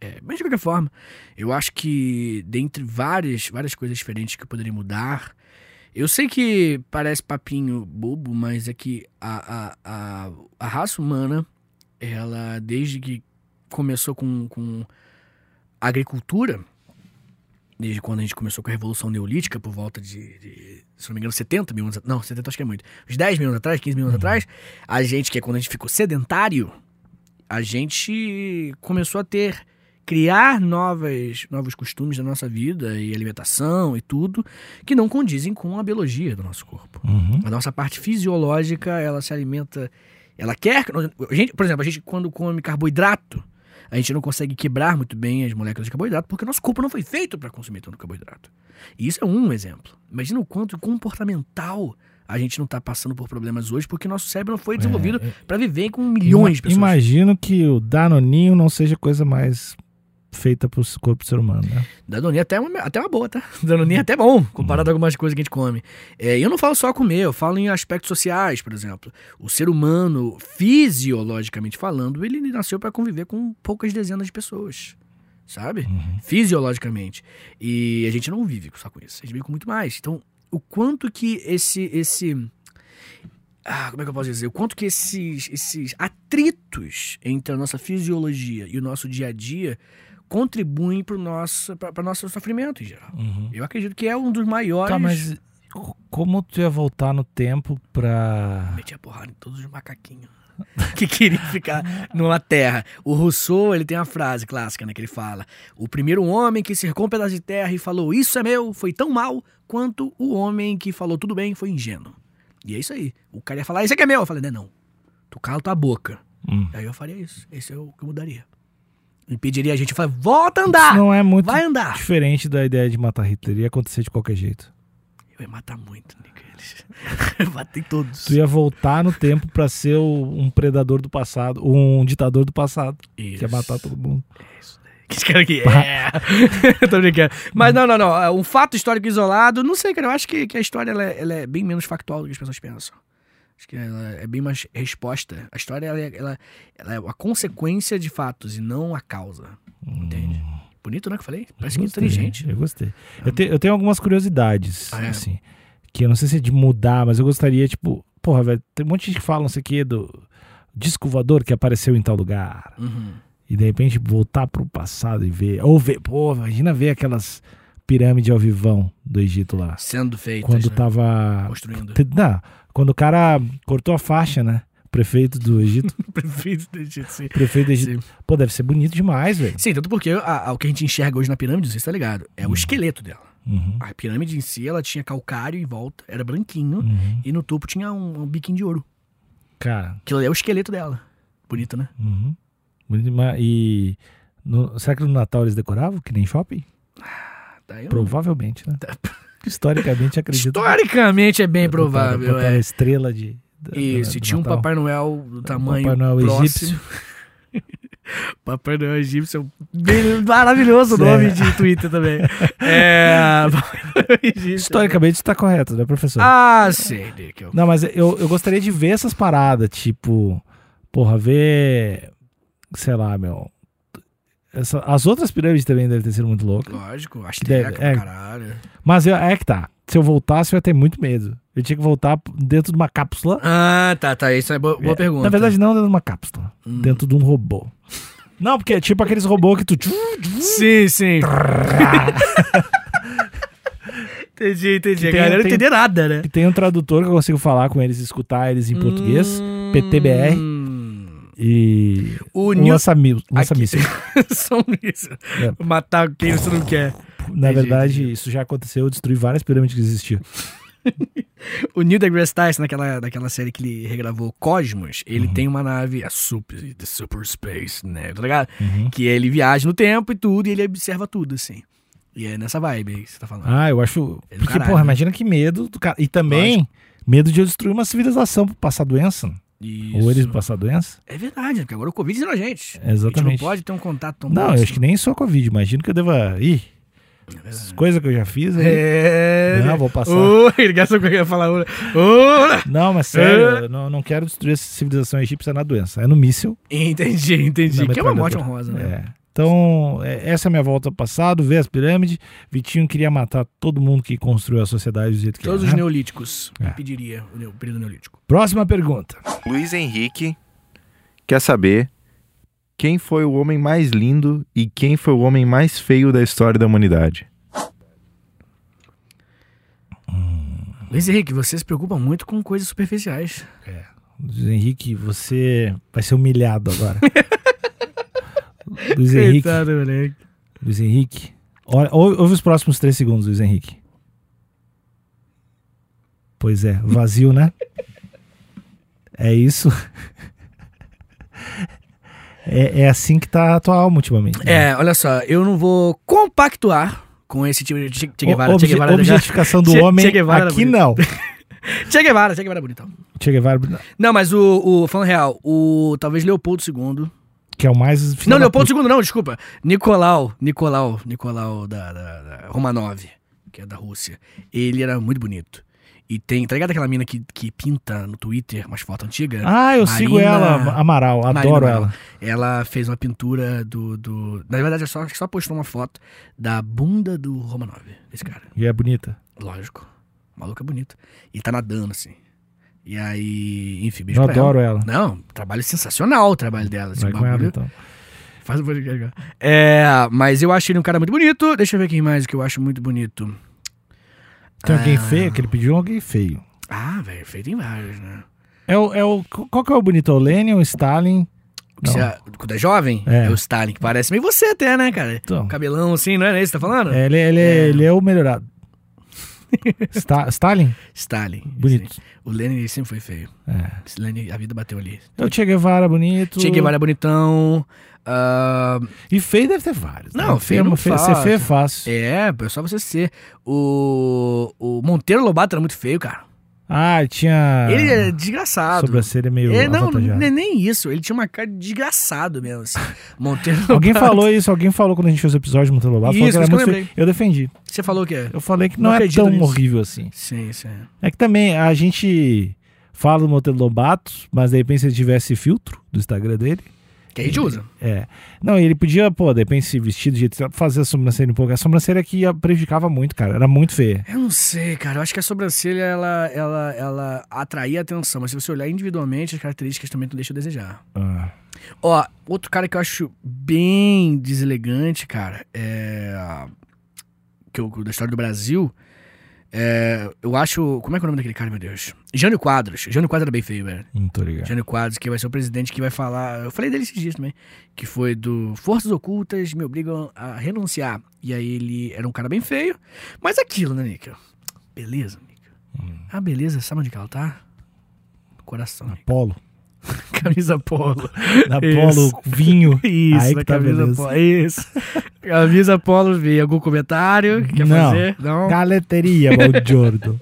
Speaker 3: É, mas de qualquer forma, eu acho que dentre várias, várias coisas diferentes que eu poderia mudar, eu sei que parece papinho bobo, mas é que a, a, a, a raça humana, ela desde que começou com, com a agricultura, desde quando a gente começou com a Revolução Neolítica, por volta de, de, se não me engano, 70 mil anos atrás. Não, 70 acho que é muito. Uns 10 mil anos atrás, 15 mil anos atrás, a gente, que é quando a gente ficou sedentário, a gente começou a ter. Criar novas, novos costumes da nossa vida e alimentação e tudo que não condizem com a biologia do nosso corpo.
Speaker 2: Uhum.
Speaker 3: A nossa parte fisiológica, ela se alimenta. Ela quer. que nós- a gente, por exemplo, a gente quando come carboidrato, a gente não consegue quebrar muito bem as moléculas de carboidrato porque o nosso corpo não foi feito para consumir tanto carboidrato. E isso é um exemplo. Imagina o quanto comportamental A gente não tá passando por problemas hoje porque nosso cérebro não foi
Speaker 2: É,
Speaker 3: desenvolvido
Speaker 2: é.
Speaker 3: pra viver com milhões de pessoas.
Speaker 2: Imagino que o Danoninho não seja coisa mais feita pro corpo do ser humano, né?
Speaker 3: Danoninho até é uma, até é uma boa, tá? Danoninho é até bom, comparado a algumas coisas que a gente come. É, e eu não falo só comer, eu falo em aspectos sociais, por exemplo. O ser humano, fisiologicamente falando, ele nasceu pra conviver com poucas dezenas de pessoas, sabe?
Speaker 2: Uhum,
Speaker 3: Fisiologicamente. E a gente não vive só com isso, a gente vive com muito mais. Então, o quanto que esse... esse ah, como é que eu posso dizer? O quanto que esses, esses atritos entre a nossa fisiologia e o nosso dia a dia contribuem para o nosso, pra, pra nosso sofrimento em geral. Eu acredito que é um dos maiores.
Speaker 2: uhum. Tá, mas co- como tu ia voltar no tempo pra.
Speaker 3: Meti a porrada em todos os macaquinhos que queriam ficar numa terra. O Rousseau, ele tem uma frase clássica, né? Que ele fala: O primeiro homem que cercou um pedaço de terra e falou, Isso é meu, foi tão mal quanto o homem que falou, Tudo bem, foi ingênuo. E é isso aí. O cara ia falar: Isso aqui é meu. Eu falei: Não, é não. Tu cala tua boca.
Speaker 2: Hum.
Speaker 3: Aí eu faria isso. Esse é o que eu mudaria. Impediria a gente. Falar, Volta a andar!
Speaker 2: Isso não é muito
Speaker 3: Vai andar!
Speaker 2: diferente da ideia de matar Hitler. Ia acontecer de qualquer jeito.
Speaker 3: Eu ia matar muito, nego. Eles. Eu matei todos.
Speaker 2: Tu ia voltar no tempo pra ser o- um predador do passado, um ditador do passado, que ia matar todo mundo.
Speaker 3: Que cara que é. Tô brincando. Mas não, não, não. É Um fato histórico isolado, não sei, cara. Eu acho que, que a história ela, é- ela é bem menos factual do que as pessoas pensam. Acho que ela é bem mais resposta. A história ela, é- ela, ela é a consequência de fatos e não a causa. Entende? Bonito, né? Que eu falei? Parece que é
Speaker 2: Hum. Gostei,
Speaker 3: inteligente.
Speaker 2: Eu gostei. Eu, te- eu tenho algumas curiosidades,
Speaker 3: Ah, é?
Speaker 2: assim, que eu não sei se é de mudar, mas eu gostaria, tipo, porra, velho, tem um monte de gente que fala, não sei o quê, do disco voador que apareceu em tal lugar.
Speaker 3: Uhum.
Speaker 2: E de repente voltar pro passado e ver, ou ver, pô, imagina ver aquelas pirâmides ao vivão do Egito lá.
Speaker 3: Sendo feito. assim,
Speaker 2: Quando tá tava.
Speaker 3: Construindo.
Speaker 2: te- Não, quando o cara cortou a faixa, né? Prefeito do Egito.
Speaker 3: Prefeito do Egito, sim.
Speaker 2: Prefeito do Egito. Pô, deve ser bonito demais, velho.
Speaker 3: Sim, tanto porque a- a- o que a gente enxerga hoje na pirâmide, você tá ligado? É
Speaker 2: Hum.
Speaker 3: o esqueleto dela.
Speaker 2: Uhum,
Speaker 3: A pirâmide em si, ela tinha calcário em volta, era branquinho,
Speaker 2: uhum.
Speaker 3: e no topo tinha um, um biquinho de ouro.
Speaker 2: Cara,
Speaker 3: Aquilo ali é o esqueleto dela. Bonito, né?
Speaker 2: Uhum. Bonito demais. E no, será que no Natal eles decoravam, que nem shopping?
Speaker 3: Tá, eu-
Speaker 2: Provavelmente, né? Historicamente, acredito. que
Speaker 3: Historicamente é Tá. bem
Speaker 2: botaram-
Speaker 3: provável,
Speaker 2: botaram
Speaker 3: é.
Speaker 2: estrela de. da- da-
Speaker 3: Isso, e
Speaker 2: do
Speaker 3: tinha um
Speaker 2: Natal.
Speaker 3: Papai Noel do tamanho
Speaker 2: Papai Noel
Speaker 3: próximo. Papai Noel egípcio, é um bem- maravilhoso
Speaker 2: Sério.
Speaker 3: nome de Twitter também. É, Papai Noel egípcio.
Speaker 2: Historicamente, está correto, né, professor?
Speaker 3: Ah, sei, Nick.
Speaker 2: Não, mas eu, eu gostaria de ver essas paradas, tipo, porra, ver. Sei lá, meu. essa- as outras pirâmides também devem ter sido muito loucas.
Speaker 3: Lógico,
Speaker 2: deve-
Speaker 3: asteca
Speaker 2: é.
Speaker 3: pra caralho.
Speaker 2: Mas eu- é que tá. Se eu voltasse, eu ia ter muito medo. Eu tinha que voltar dentro de uma cápsula.
Speaker 3: Ah, tá, tá. Isso é boa, boa
Speaker 2: É,
Speaker 3: pergunta.
Speaker 2: Na verdade, não dentro de uma cápsula.
Speaker 3: Hum.
Speaker 2: Dentro de um robô. Não, porque é tipo aqueles robôs que tu. tchum, tchum,
Speaker 3: Sim, sim. entendi, entendi. A
Speaker 2: Tem-
Speaker 3: galera não
Speaker 2: tem-
Speaker 3: entender nada, né?
Speaker 2: Que tem um tradutor que eu consigo falar com eles, escutar eles em português.
Speaker 3: Hum.
Speaker 2: PTBR. E.
Speaker 3: O
Speaker 2: Um
Speaker 3: Nil-
Speaker 2: lança-mil- lança-míssil.
Speaker 3: São isso.
Speaker 2: É.
Speaker 3: Matar quem você não quer.
Speaker 2: Na
Speaker 3: Entendi,
Speaker 2: verdade, isso já aconteceu. Eu destruí várias pirâmides que existiam.
Speaker 3: O Neil deGrasse Tyson, naquela, naquela série que ele regravou, Cosmos, ele
Speaker 2: Uhum.
Speaker 3: tem uma nave, a Super, the super Space, né? Tá ligado? Que ele viaja no tempo e tudo, e ele observa tudo, assim. E é nessa vibe aí que você tá falando.
Speaker 2: Ah, eu acho.
Speaker 3: É do
Speaker 2: Porque,
Speaker 3: caralho,
Speaker 2: porra,
Speaker 3: né?
Speaker 2: imagina que medo do cara. E também, medo de eu destruir uma civilização por passar doença.
Speaker 3: Isso.
Speaker 2: Ou eles passar doença.
Speaker 3: É verdade, né? porque agora o Covid zerou a gente. A gente
Speaker 2: Exatamente.
Speaker 3: não pode ter um contato tão
Speaker 2: Não, eu acho que nem só Covid. Imagino que eu deva. Ih, as coisas que eu já fiz. aí-
Speaker 3: É.
Speaker 2: Não, vou passar.
Speaker 3: Ô, ele gastou com o que eu ia falar. Ô, ô.
Speaker 2: Não, mas
Speaker 3: É.
Speaker 2: sério, eu não, não quero destruir essa civilização egípcia na doença. É no míssil.
Speaker 3: Entendi,
Speaker 2: na
Speaker 3: entendi. Que é uma morte
Speaker 2: metralhadora.
Speaker 3: honrosa, né?
Speaker 2: É. Então, é- essa é a minha volta ao passado, ver as pirâmides. Vitinho queria matar todo mundo que construiu a sociedade do jeito que
Speaker 3: Todos
Speaker 2: é.
Speaker 3: os
Speaker 2: né?
Speaker 3: neolíticos
Speaker 2: É.
Speaker 3: impediria o, neo- o período neolítico.
Speaker 2: Próxima pergunta.
Speaker 4: Luiz Henrique quer saber quem foi o homem mais lindo e quem foi o homem mais feio da história da humanidade.
Speaker 3: Luiz Henrique, você se preocupa muito com coisas superficiais.
Speaker 2: Luiz Henrique, você vai ser humilhado agora. Luiz Henrique,
Speaker 3: Coitado, moleque.
Speaker 2: Luiz Henrique. Olha, ou- ouve os próximos três segundos, Luiz Henrique. Pois é, vazio, né? É isso. É, é assim que tá a tua alma ultimamente. né?
Speaker 3: É, olha só, eu não vou compactuar com esse tipo de Che, che
Speaker 2: O-
Speaker 3: Guevara.
Speaker 2: obje-
Speaker 3: che Guevara da-
Speaker 2: objetificação do
Speaker 3: Che-
Speaker 2: homem
Speaker 3: Che Guevara era
Speaker 2: aqui
Speaker 3: bonito.
Speaker 2: não.
Speaker 3: Che Guevara, Che Guevara é bonitão.
Speaker 2: Che Guevara,
Speaker 3: Não, mas o, o falando real, o talvez Leopoldo II.
Speaker 2: que é o mais.
Speaker 3: não, Leopoldo II não, desculpa. Nicolau, Nicolau, Nicolau da, da, da Romanov, que é da Rússia. Ele era muito bonito. E tem, tá ligado aquela mina que, que pinta no Twitter umas fotos antigas?
Speaker 2: Ah, eu sigo
Speaker 3: Marina-
Speaker 2: ela, Amaral.
Speaker 3: Marina
Speaker 2: Adoro
Speaker 3: Amaral.
Speaker 2: ela.
Speaker 3: Ela fez uma pintura do. do na verdade, ela só, acho que só postou uma foto da bunda do Romanov, esse cara.
Speaker 2: E é bonita.
Speaker 3: Lógico. O maluco é bonito. E tá nadando, assim. E aí, enfim, beijo
Speaker 2: Eu
Speaker 3: pra
Speaker 2: adoro ela.
Speaker 3: ela. Não, trabalho sensacional o trabalho dela. Esse
Speaker 2: Vai com ela,
Speaker 3: bagulho.
Speaker 2: então.
Speaker 3: Faz o podcast. cara. É, mas eu acho ele um cara muito bonito. Deixa eu ver quem mais que eu acho muito bonito.
Speaker 2: Tem alguém feio? Que ele pediu alguém feio.
Speaker 3: Ah, velho, feito em vários, né?
Speaker 2: É o, é o, qual que é o bonito? É O Lenin, o Stalin? Não.
Speaker 3: Você, é- quando é jovem,
Speaker 2: É.
Speaker 3: é. o Stalin, que parece meio você até, né, cara?
Speaker 2: Então.
Speaker 3: Cabelão assim, não é isso que tá falando?
Speaker 2: É, ele, ele, é. ele é o melhorado. Sta- Stalin?
Speaker 3: Stalin.
Speaker 2: Bonito.
Speaker 3: Sim. O Lenin ele sempre foi feio.
Speaker 2: É.
Speaker 3: Esse Lenin, a vida bateu ali.
Speaker 2: Então, Che Guevara, bonito.
Speaker 3: Che Guevara é bonitão. ah,
Speaker 2: E feio deve ter vários. né?
Speaker 3: Não, feio não
Speaker 2: feio, Ser
Speaker 3: falta.
Speaker 2: feio é fácil.
Speaker 3: é, é só você ser. O, o Monteiro Lobato era muito feio, cara.
Speaker 2: Ah, tinha.
Speaker 3: Ele é desgraçado.
Speaker 2: Sobrancelha meio.
Speaker 3: É, não,
Speaker 2: avantajada.
Speaker 3: não é nem isso. Ele tinha uma cara de desgraçado mesmo. Assim. Monteiro Lobato.
Speaker 2: Alguém falou isso, alguém falou quando a gente fez o episódio de Monteiro Lobato. falou
Speaker 3: Isso,
Speaker 2: que era
Speaker 3: isso que eu
Speaker 2: muito feio. Eu defendi.
Speaker 3: Você falou o quê?
Speaker 2: Eu falei que
Speaker 3: Não
Speaker 2: não, é
Speaker 3: acredito
Speaker 2: tão
Speaker 3: nisso.
Speaker 2: horrível assim.
Speaker 3: Sim, sim.
Speaker 2: É que também a gente fala do Monteiro Lobato, mas de repente se ele tivesse filtro do Instagram dele.
Speaker 3: Que a gente usa.
Speaker 2: É. Não, ele podia, pô, de repente se vestir do jeito que fazer a sobrancelha um pouco. A sobrancelha que ia- prejudicava muito, cara. Era muito feia.
Speaker 3: Eu não sei, cara. Eu acho que a sobrancelha, ela, ela, ela atraía atenção. Mas se você olhar individualmente, as características também não deixam a desejar.
Speaker 2: Ah.
Speaker 3: Ó, outro cara que eu acho bem deselegante, cara, é. Que eu, da história do Brasil. é, eu acho. Como é que é o nome daquele cara, meu Deus? Jânio Quadros. Jânio Quadros era bem feio, velho.
Speaker 2: Não tô ligado.
Speaker 3: Jânio Quadros, que vai ser o presidente que vai falar. Eu falei dele esses dias também. Que foi do Forças Ocultas me obrigam a renunciar. E aí ele era um cara bem feio. Mas aquilo, né, Nica? Beleza, Nica.
Speaker 2: Hum.
Speaker 3: A beleza, sabe onde que ela tá? No coração. Nica.
Speaker 2: Polo.
Speaker 3: Camisa polo.
Speaker 2: Na
Speaker 3: Isso.
Speaker 2: Polo, vinho.
Speaker 3: Isso,
Speaker 2: Aí que
Speaker 3: na
Speaker 2: tá
Speaker 3: camisa
Speaker 2: beleza.
Speaker 3: polo. Isso. Camisa polo, vi algum comentário? Quer
Speaker 2: Não. Tá.
Speaker 3: fazer? Não.
Speaker 2: Galeteria Bongiorno.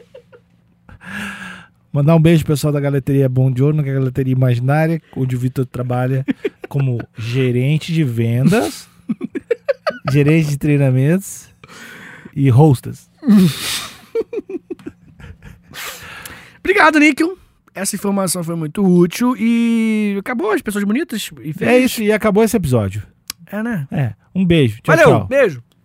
Speaker 2: Mandar um beijo pro pessoal da Galeteria Bongiorno, que é a galeteria imaginária, onde o Vitor trabalha como gerente de vendas, gerente de treinamentos e hostas.
Speaker 3: Obrigado, Níquel. Essa informação foi muito útil e acabou as pessoas bonitas e
Speaker 2: É
Speaker 3: felizes.
Speaker 2: isso, e acabou esse episódio.
Speaker 3: É, né?
Speaker 2: É, um beijo. Tchau,
Speaker 3: Valeu,
Speaker 2: tchau.
Speaker 3: beijo.